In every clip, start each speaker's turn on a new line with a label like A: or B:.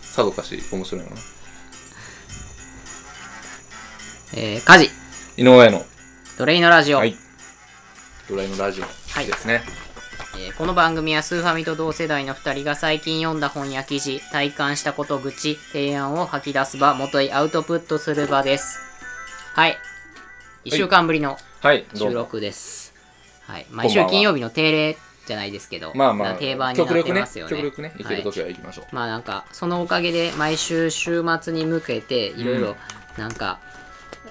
A: さぞかし面白いのな。
B: えー、家事、
A: 井上の。
B: 奴隷のラジオ。
A: はい。ドライのラジオ
B: い
A: ですね。
B: えーこの番組はスーファミと同世代の2人が最近読んだ本や記事、体感したこと、愚痴、提案を吐き出す場、元へアウトプットする場です。はい。1週間ぶりの
A: はい、どうも。
B: 収録です。はい。
A: こ
B: 毎
A: んばん
B: 週
A: は
B: 金曜日の定例じゃないですけど、
A: まあまあ、
B: 定番になってますよね。
A: 極力ね、極力ね、行ける
B: はい
A: ときは行きましょう。
B: まあなんかそのおかげで毎週週末に向けていろいろなんか、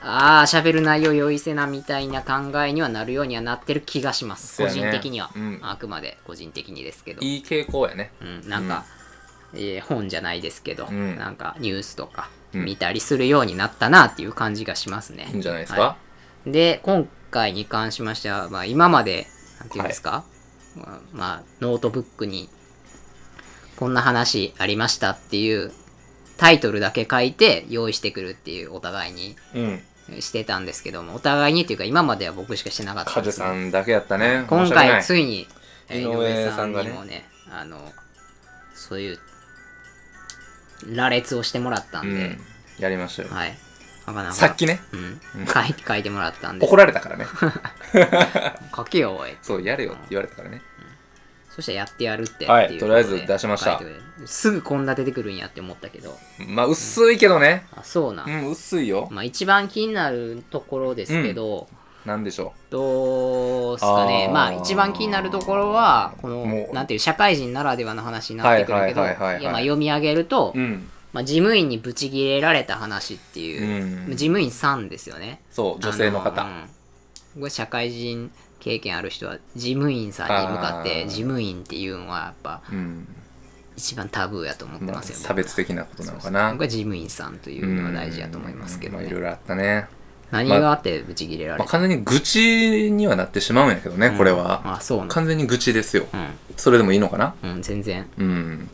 B: ああ喋る内容良いせなみたいな考えにはなるようにはなってる気がします、
A: そう
B: 個
A: やね
B: 人的には、
A: うん
B: あくまで個人的にですけど、
A: いい傾向やね。
B: うん、なんか、えー本じゃないですけど、
A: うん
B: なんかニュースとか
A: うん
B: 見たりするようになったなっていう感じがしますね、
A: いいんじゃないです
B: は
A: か。
B: いで今回に関しましては、まあ、今までなんていうんですか、まあ、まあノートブックにこんな話ありましたっていうタイトルだけ書いて用意してくるっていうお互いに
A: うん。
B: してたんですけどもお互いにっていうか今までは僕しかしてなかった
A: カ
B: ん
A: ジ
B: で
A: ュ
B: すけど
A: さんだけやったね。
B: 今
A: 申し訳な
B: 回
A: い
B: ついにえー
A: 井
B: 井
A: 上
B: 上
A: さ
B: さ
A: ん
B: ん
A: が
B: に
A: ね
B: もねあのそういう羅列をしてもらった
A: うん
B: で
A: ん、。やりましたよ。
B: はいなかなか
A: さっきね、
B: う
A: う
B: ん
A: ん
B: 書いて書いてもらったんで
A: 怒られた からね。
B: 書けよおい
A: そう、やれよって言われたからね。
B: そしたらやってやるってっていう
A: はい
B: こと
A: とりあえ
B: で
A: ず出しました
B: 書いてくれすぐこんな出てくるんやって思ったけど
A: まあ、薄いけどね。
B: あそうな、、
A: うんん、薄いよ。
B: まあ一番気になるところですけど、
A: なんでしょ
B: どうすかね
A: あー
B: まあ一番気になるところはこ
A: も
B: の
A: う
B: なんていう社会人ならではの話になってくるけどい
A: はいはいはいはいはい
B: やまあ読み上げると、
A: う。うん。
B: まあ、事務員にブチギレられた話って
A: う
B: いう、
A: ん。
B: 事務員さんですよね
A: そう、女性の
B: あ
A: 方。
B: うんこれ社会人経験ある人は事務員さんに向かっ
A: あ
B: て
A: ー
B: 事務員っていうのはやっぱ
A: うん。
B: 一番タブーやと思って
A: ま
B: ま
A: あ
B: すよ、
A: 差別的なことなのか
B: 僕は
A: な。
B: 僕は事務員さんというのは大事やと思いますけど、
A: うんまあ、
B: ね
A: いろいろあったね。
B: 何があってブチギレられ
A: まあ、
B: た、
A: 完全に愚痴にはなってしまうんやけどね、これは。
B: あそうなん
A: 完全に愚痴ですよ。
B: う、
A: それでもいいのかなん
B: うん、全然
A: うん。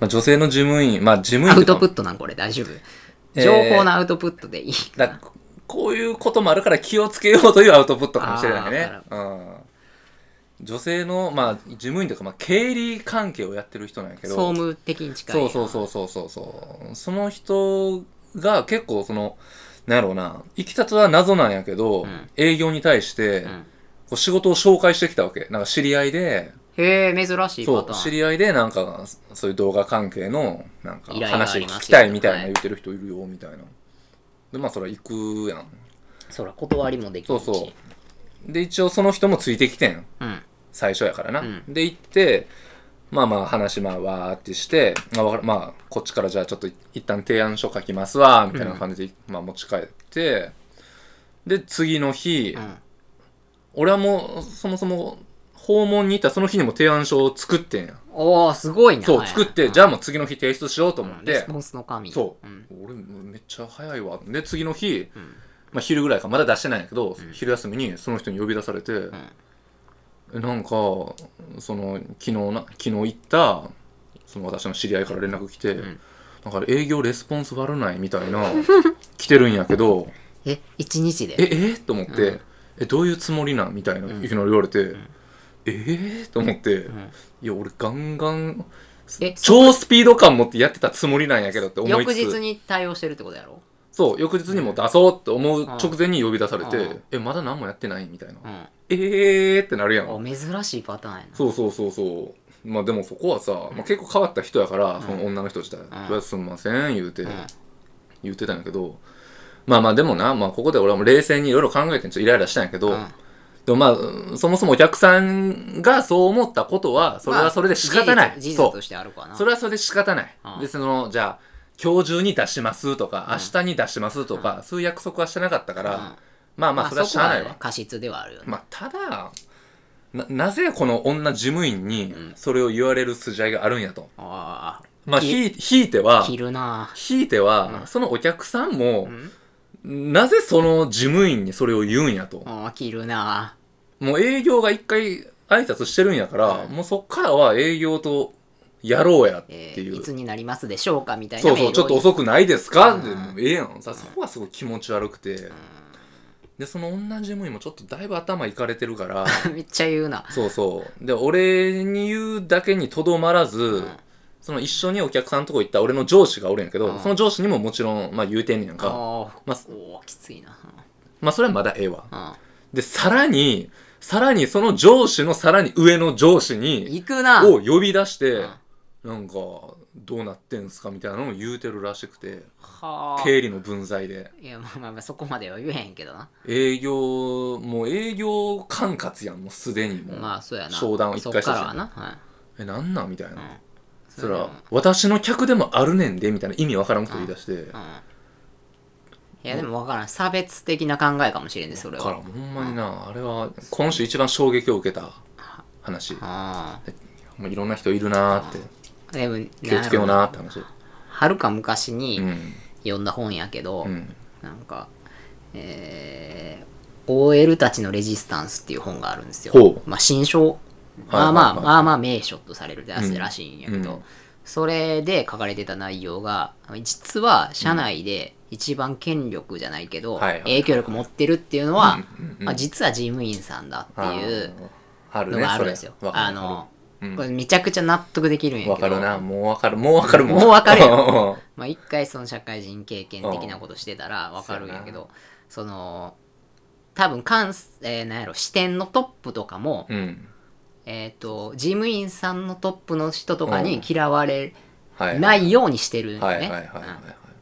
A: まあ、女性の事務員、まあ、事務員
B: ア
A: と
B: ウ
A: か
B: トプットなんこれ大丈
A: え
B: 夫
A: ー
B: 情報のアウトプットでいいか
A: だ
B: な、
A: ここういうこともあるから気をつけようというアウトプットかもしれないね。うん。女性の、まあ、事務員というか、まあ、経理関係をやってる人なんやけど。
B: 総務的に近い
A: そうそうそうそうそうそう。その人が結構その、なんやろうな、いきさつは謎なんやけど、
B: ん
A: 営業に対して、
B: ん
A: こう仕事を紹介してきたわけ。なんか知り合いで、
B: へえ珍しいパ
A: そ
B: タ
A: う、知
B: ーン
A: り合いでなんか、そういう動画関係の、なんか
B: 依頼があ
A: 話
B: りますよ
A: 聞きたいみたいな
B: はい
A: 言ってる人いるよ、みたいな。で、まあそれは行くやん。
B: そら断りもでき
A: そ
B: る
A: う
B: し
A: そう。で、一応その人もついてきてん。
B: う、ん、
A: 最初やからな、
B: うん
A: で行ってまあまあ話まあわーってして、まあわかる、まあこっちからじゃあちょっと一旦提案書書きますわみたいな感じで、まあ持ち帰ってで次の日、
B: うん、
A: 俺はもうそもそも訪問に行ったその日にも提案書を作ってんや
B: おおすごいな
A: そう
B: はい
A: 作って、
B: ん
A: じゃあもう次の日提出しようと思っ
B: うんレ
A: て
B: ス、ポンスの神
A: そう、
B: ん
A: 俺めっちゃ早いわで次の日、
B: ん
A: まあ、昼ぐらいかまだ出してないんやけど、昼休みにその人に呼び出されて、なんかその昨日な昨日行ったその私の知り合いから連絡来て、
B: ん
A: なんか営業レスポンス悪ないみたいな 来てるんやけど
B: え一日で
A: ええと思って、
B: うん
A: えどういうつもりなんみたいな、
B: ん
A: いきなり言われて、えー、と思って、
B: ん
A: いや俺ガンガン
B: え
A: 超スピード感持ってやってたつもりなんやけどって思い
B: 翌
A: つつ
B: 日に対応してるってことやろ
A: そう翌日にも出そうって思う
B: うん
A: 直前に呼び出されて、
B: うん
A: えまだ何もやってないみたいな、
B: うん
A: えーってなるやん
B: お珍しいパターンやな
A: そうそうそうそうまあでもそこはさ、まあ、結構変わった人やから、その女の人自体「
B: ん
A: いやすんません」言うて、
B: ん
A: 言うてたんやけどまあまあでもな、まあ、ここで俺はもう冷静にいろいろ考えてちょっとイライラしたんやけど、
B: うん
A: でもまあうんそもそもお客さんがそう思ったことはそれはそれで仕方ない、
B: まあ事実事
A: そ
B: 実としてあるかな
A: うそれはそれで仕方ない、
B: うん
A: でそのじゃあ今日中に出しますとか、明日に出しますとか、そういう約束はしてなかったから、
B: うん
A: まあまあそれはしゃあないわ、
B: ね過失ではあるよね
A: まあ、ただななぜこの女事務員にそれを言われる筋合いがあるんやと、
B: あ
A: まあひいひいては
B: あ着るな
A: ひいては、そのお客さんも、なぜその事務員にそれを言うんやと、
B: ああ着るな
A: もう営業が一回挨拶してるんやから、もうそっからは営業とやろうやって
B: え
A: い
B: ー
A: う、
B: いつになりますでしょうかみたいな
A: そうそうちょっと
B: 遅
A: 遅くないですか、
B: うん
A: でもええやんさそこはすごい気持ち悪くて、でその女事務員もちょっとだいぶ頭いかれてるから
B: いめっちゃ言うな
A: そうそう。で、俺に言うだけにとどまらず、その一緒にお客さんのとこ行った俺の上司がおるんやけ
B: あ
A: ど、
B: ー
A: その上司にももちろん、まあ言うてんねやん
B: ああ
A: か。まあ
B: ー、おおきついな。
A: まあそれはまだええわ。
B: うん
A: で、さらに、さらにその上司のさらに上の上司に、
B: 行くな。
A: を呼び出して
B: うん、
A: なんか、どうなってんすかみたいなのを言うてるらしくて、
B: はあ。
A: 経理の分際で。
B: いや、まあまあまあ、そこまでは言えへんけどな。
A: 営業、もう営業管轄やん、もうすでにもう。
B: まあ、そうやな。
A: 商談を一回
B: そっから
A: した
B: は
A: し
B: な。はい。
A: え、なんなんみたいな。
B: ん
A: それは、私の客でもあるねんで、みたいな意味わからんこと言い出して、
B: うん。いや、でも分からん。差別的な考えかもしれんね、それ
A: だから
B: は。
A: ほんまにな、あれは今週一番衝撃を受けた話
B: あ
A: もういろんな人いるなーって
B: あ。でも、
A: 気をつけようなーって話
B: はるか昔
A: う
B: に
A: ん
B: 読んだ本やけど、
A: うん
B: なんか、えー、OL たちのレジスタンスっていう本があるんですよ。
A: ほ
B: まあ、新書。
A: はい
B: ま
A: は
B: あ
A: い
B: まあ、
A: はい
B: まあまあ名所とされるやつ
A: うん
B: らしいんやけど、
A: うん
B: それで書かれてた内容が、実は社内で一番権力じゃないけど、
A: はいはい
B: 影響力持ってるっていうのは、
A: うんうんうん
B: まあ、実は事務員さんだっていう
A: ある
B: の
A: ね
B: があ
A: そ
B: るん
A: れ
B: ですよ。
A: わかる
B: あの、
A: うん
B: これめちゃくちゃ納得できるんやけど、
A: わかるなもうわかるもうわかるもん
B: もうわかるやん
A: うん
B: まあ、一回その社会人経験的なことしてたらわかるんやけど、その多分関す、えーなんやろ支店のトップとかも、
A: うん
B: えっ、と事務員さんのトップの人とか
A: うん
B: に嫌われ
A: はい
B: ないようにしてるんよ
A: はい
B: ね。
A: はいはいはいは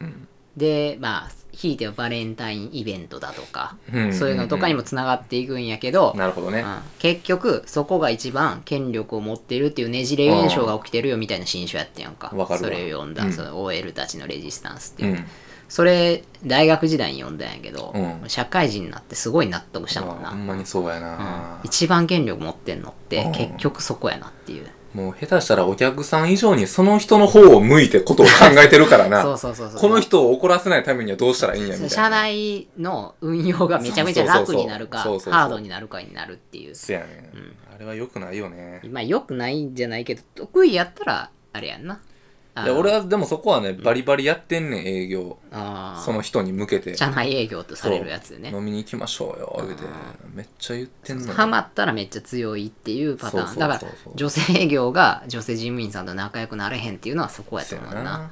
B: うん
A: いうん
B: でまあひいてはバレンタインイベントだとか、
A: うん
B: そういうのとかにもつながっていくんやけど、
A: なるほどね
B: うん結局そこが一番権力を持ってるっていうねじれ現象が起きてるよみたいな新書やってんやんか
A: わかるわ
B: それを読んだ、
A: うん
B: その OL たちのレジスタンスって
A: う
B: いう、
A: ん
B: それ大学時代に読んだんやけど、
A: うん
B: 社会人になってすごい納得したもんな、
A: ほんまにそうや
B: うん
A: な
B: 一番権力持ってんのって
A: うん
B: 結局そこやなっていう、
A: もう下手したらお客さん以上にその人の方を向いてことを考えてるからな
B: そうそうそうそう
A: この人を怒らせないためにはどうしたらいいんやみたいな。
B: 社内の運用がめちゃめちゃ楽になるか
A: そうそうそうそう
B: ハードになるかになるっていう
A: せやね、ん。あれは良くないよね。
B: まあ良くないんじゃないけど得意やったらあれやんなあ
A: いや俺はでもそこはね、バリバリやってんねん、営業。
B: あー
A: その人に向けて。
B: 社内営業とされるやつでね
A: 飲みに行きましょうよ、言うて。めっちゃ言ってんのよ。
B: ハマったらめっちゃ強いっていうパターン
A: そうそうそうそう
B: だから女性営業が女性事務員さんと仲良くなれへんっていうのはそこやと
A: せや
B: 思う
A: な。
B: な
A: だか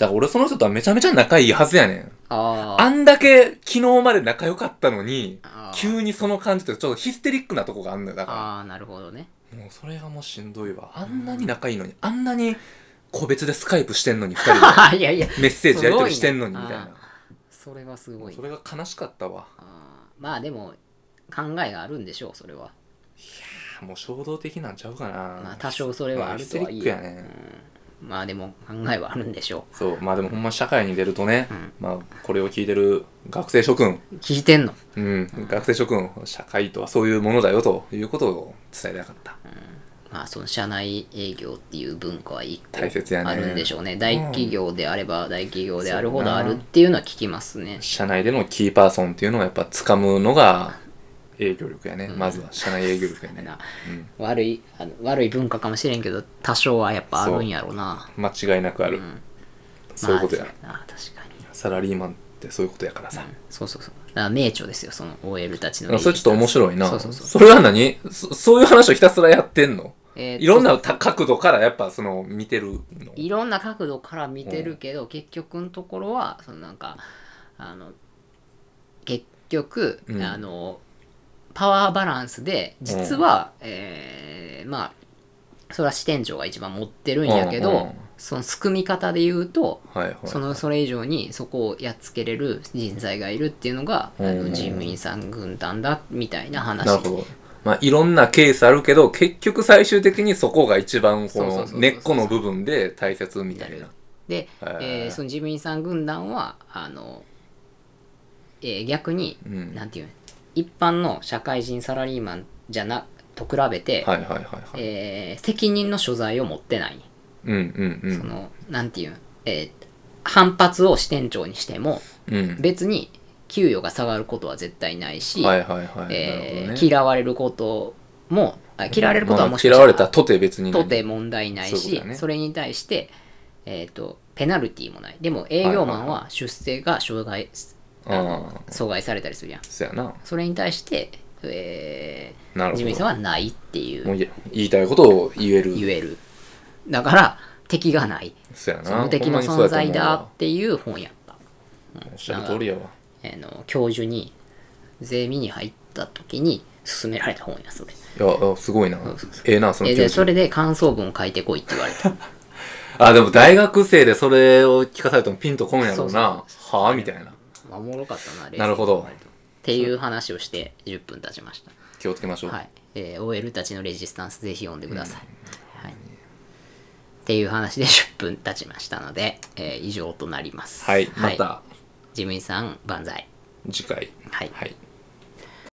A: ら俺その人とはめちゃめちゃ仲いいはずやねん。
B: あ
A: あんだけ昨日まで仲良かったのに
B: あ、ー
A: 急にその感じってちょっとヒステリックなとこがあんのよ。だ
B: あ
A: から。
B: ああなるほどね
A: もうそれがもうしんどいわあんなに仲いいのにあんなに個別でスカイプしてんのに2人
B: いやいや
A: でメッセージやり取りしてんのにみたい
B: すごい
A: な
B: なそれはすごい
A: それが悲しかったわ
B: あーまあでも考えがあるんでしょうそれは
A: もう衝動的なんちゃうかな、
B: まあ多少それはあるとはい
A: ヒステリ
B: え
A: ックやね、
B: うんまあでも考えはあるんでしょ
A: そうまあでもほんま社会に出るとね、
B: ん
A: まあこれを聞いてる学生諸君
B: う聞いてんの
A: うん、学生諸君社会とはそういうものだよということを伝えたかった、
B: まあその社内営業っていう文化は一個
A: 大切やね
B: あるんでしょうね大企業であれば大企業であるほ
A: そう
B: ど
A: や
B: あ
A: な
B: るっていうのは聞きますね
A: 社内でのキーパーソンっていうのをやっぱ掴むのが営業力やね、まずは社内営業力や ね
B: な
A: うん
B: 悪いあの悪い文化かもしれんけど多少はやっぱあるんやろうな
A: 間違いなくある、
B: ん
A: そういうことや、
B: まあ、あ確かに
A: サラリーマンってそういうことやからさ、
B: そうそうそうだから名著ですよその OL たちの
A: あそれちょっと面白いな
B: そうそうそう
A: れは何そそういう話をひたすらやってんの
B: えーっと
A: いろんなた角度からやっぱその見てるの
B: いろんな角度から見てるけど、結局のところはそのなんかあの結局、
A: うん
B: あのパワーバランスで実は、えーまあそれは支店長が一番持ってるんやけど、
A: うんうん
B: そのすくみ方で言うと
A: はいはい
B: そのそれ以上にそこをやっつけれる人材がいるっていうのが、あ
A: うんう
B: の
A: ん
B: 事務員さん軍団だみたいな話
A: なるほどまあいろんなケースあるけど結局最終的にそこが一番こ
B: そうそうそう
A: の
B: そう
A: 根っこの部分で大切みたいな
B: で、
A: へー
B: えーその事務員さん軍団はあの、えー逆に、
A: うん
B: なんていうの一般の社会人サラリーマンじゃなと比べて、
A: はいはいはいはい、
B: えー責任の所在を持ってない、
A: うんうんうん
B: そのなんていうの、えー反発を支店長にしても
A: うん
B: 別に給与が下がることは絶対ないし、
A: はいはいはい、
B: えー
A: なるほどね
B: 嫌われることもあ嫌われることはもし
A: まあ
B: かた
A: 嫌われたとて別にね
B: とて問題ない
A: そういうこ
B: し
A: と
B: そ
A: だね
B: れに対して、えー、とペナルティーもないでも営業マ
A: は
B: ン
A: いは
B: は出世が障害
A: ああ
B: 阻害されたりするやん
A: そやな
B: それに対して、え
A: な
B: ー、
A: るほ
B: 事務
A: ど
B: 員さんはないってい
A: もう
B: う
A: い言いたいことを言える
B: 言えるだから敵がない
A: そうやな
B: その敵の
A: ほんま
B: 存
A: にそう
B: 在
A: やと
B: だ
A: 思う
B: っ
A: わ
B: ていう本やった
A: おっしゃる通りやわ
B: あの教授にゼミに入った時に勧められた本やそれ
A: いやあすごいな
B: そう
A: ええなその教
B: えでそ
A: 授
B: れで感想文を書いてこいって言われた
A: あでも大学生でそれを聞かされてもピンとこんやろうな
B: そう
A: はあみたいな
B: まあおもろかったな
A: なるほど
B: 冷静に考えるとっていう話をして10分経ちました
A: 気をつけましょう
B: はい、えー OL たちのレジスタンスぜひ読んでください、はい、っていう話で10分経ちましたので、えー以上となります
A: はいまた
B: 事務員さん万歳
A: 次回
B: はい
A: はい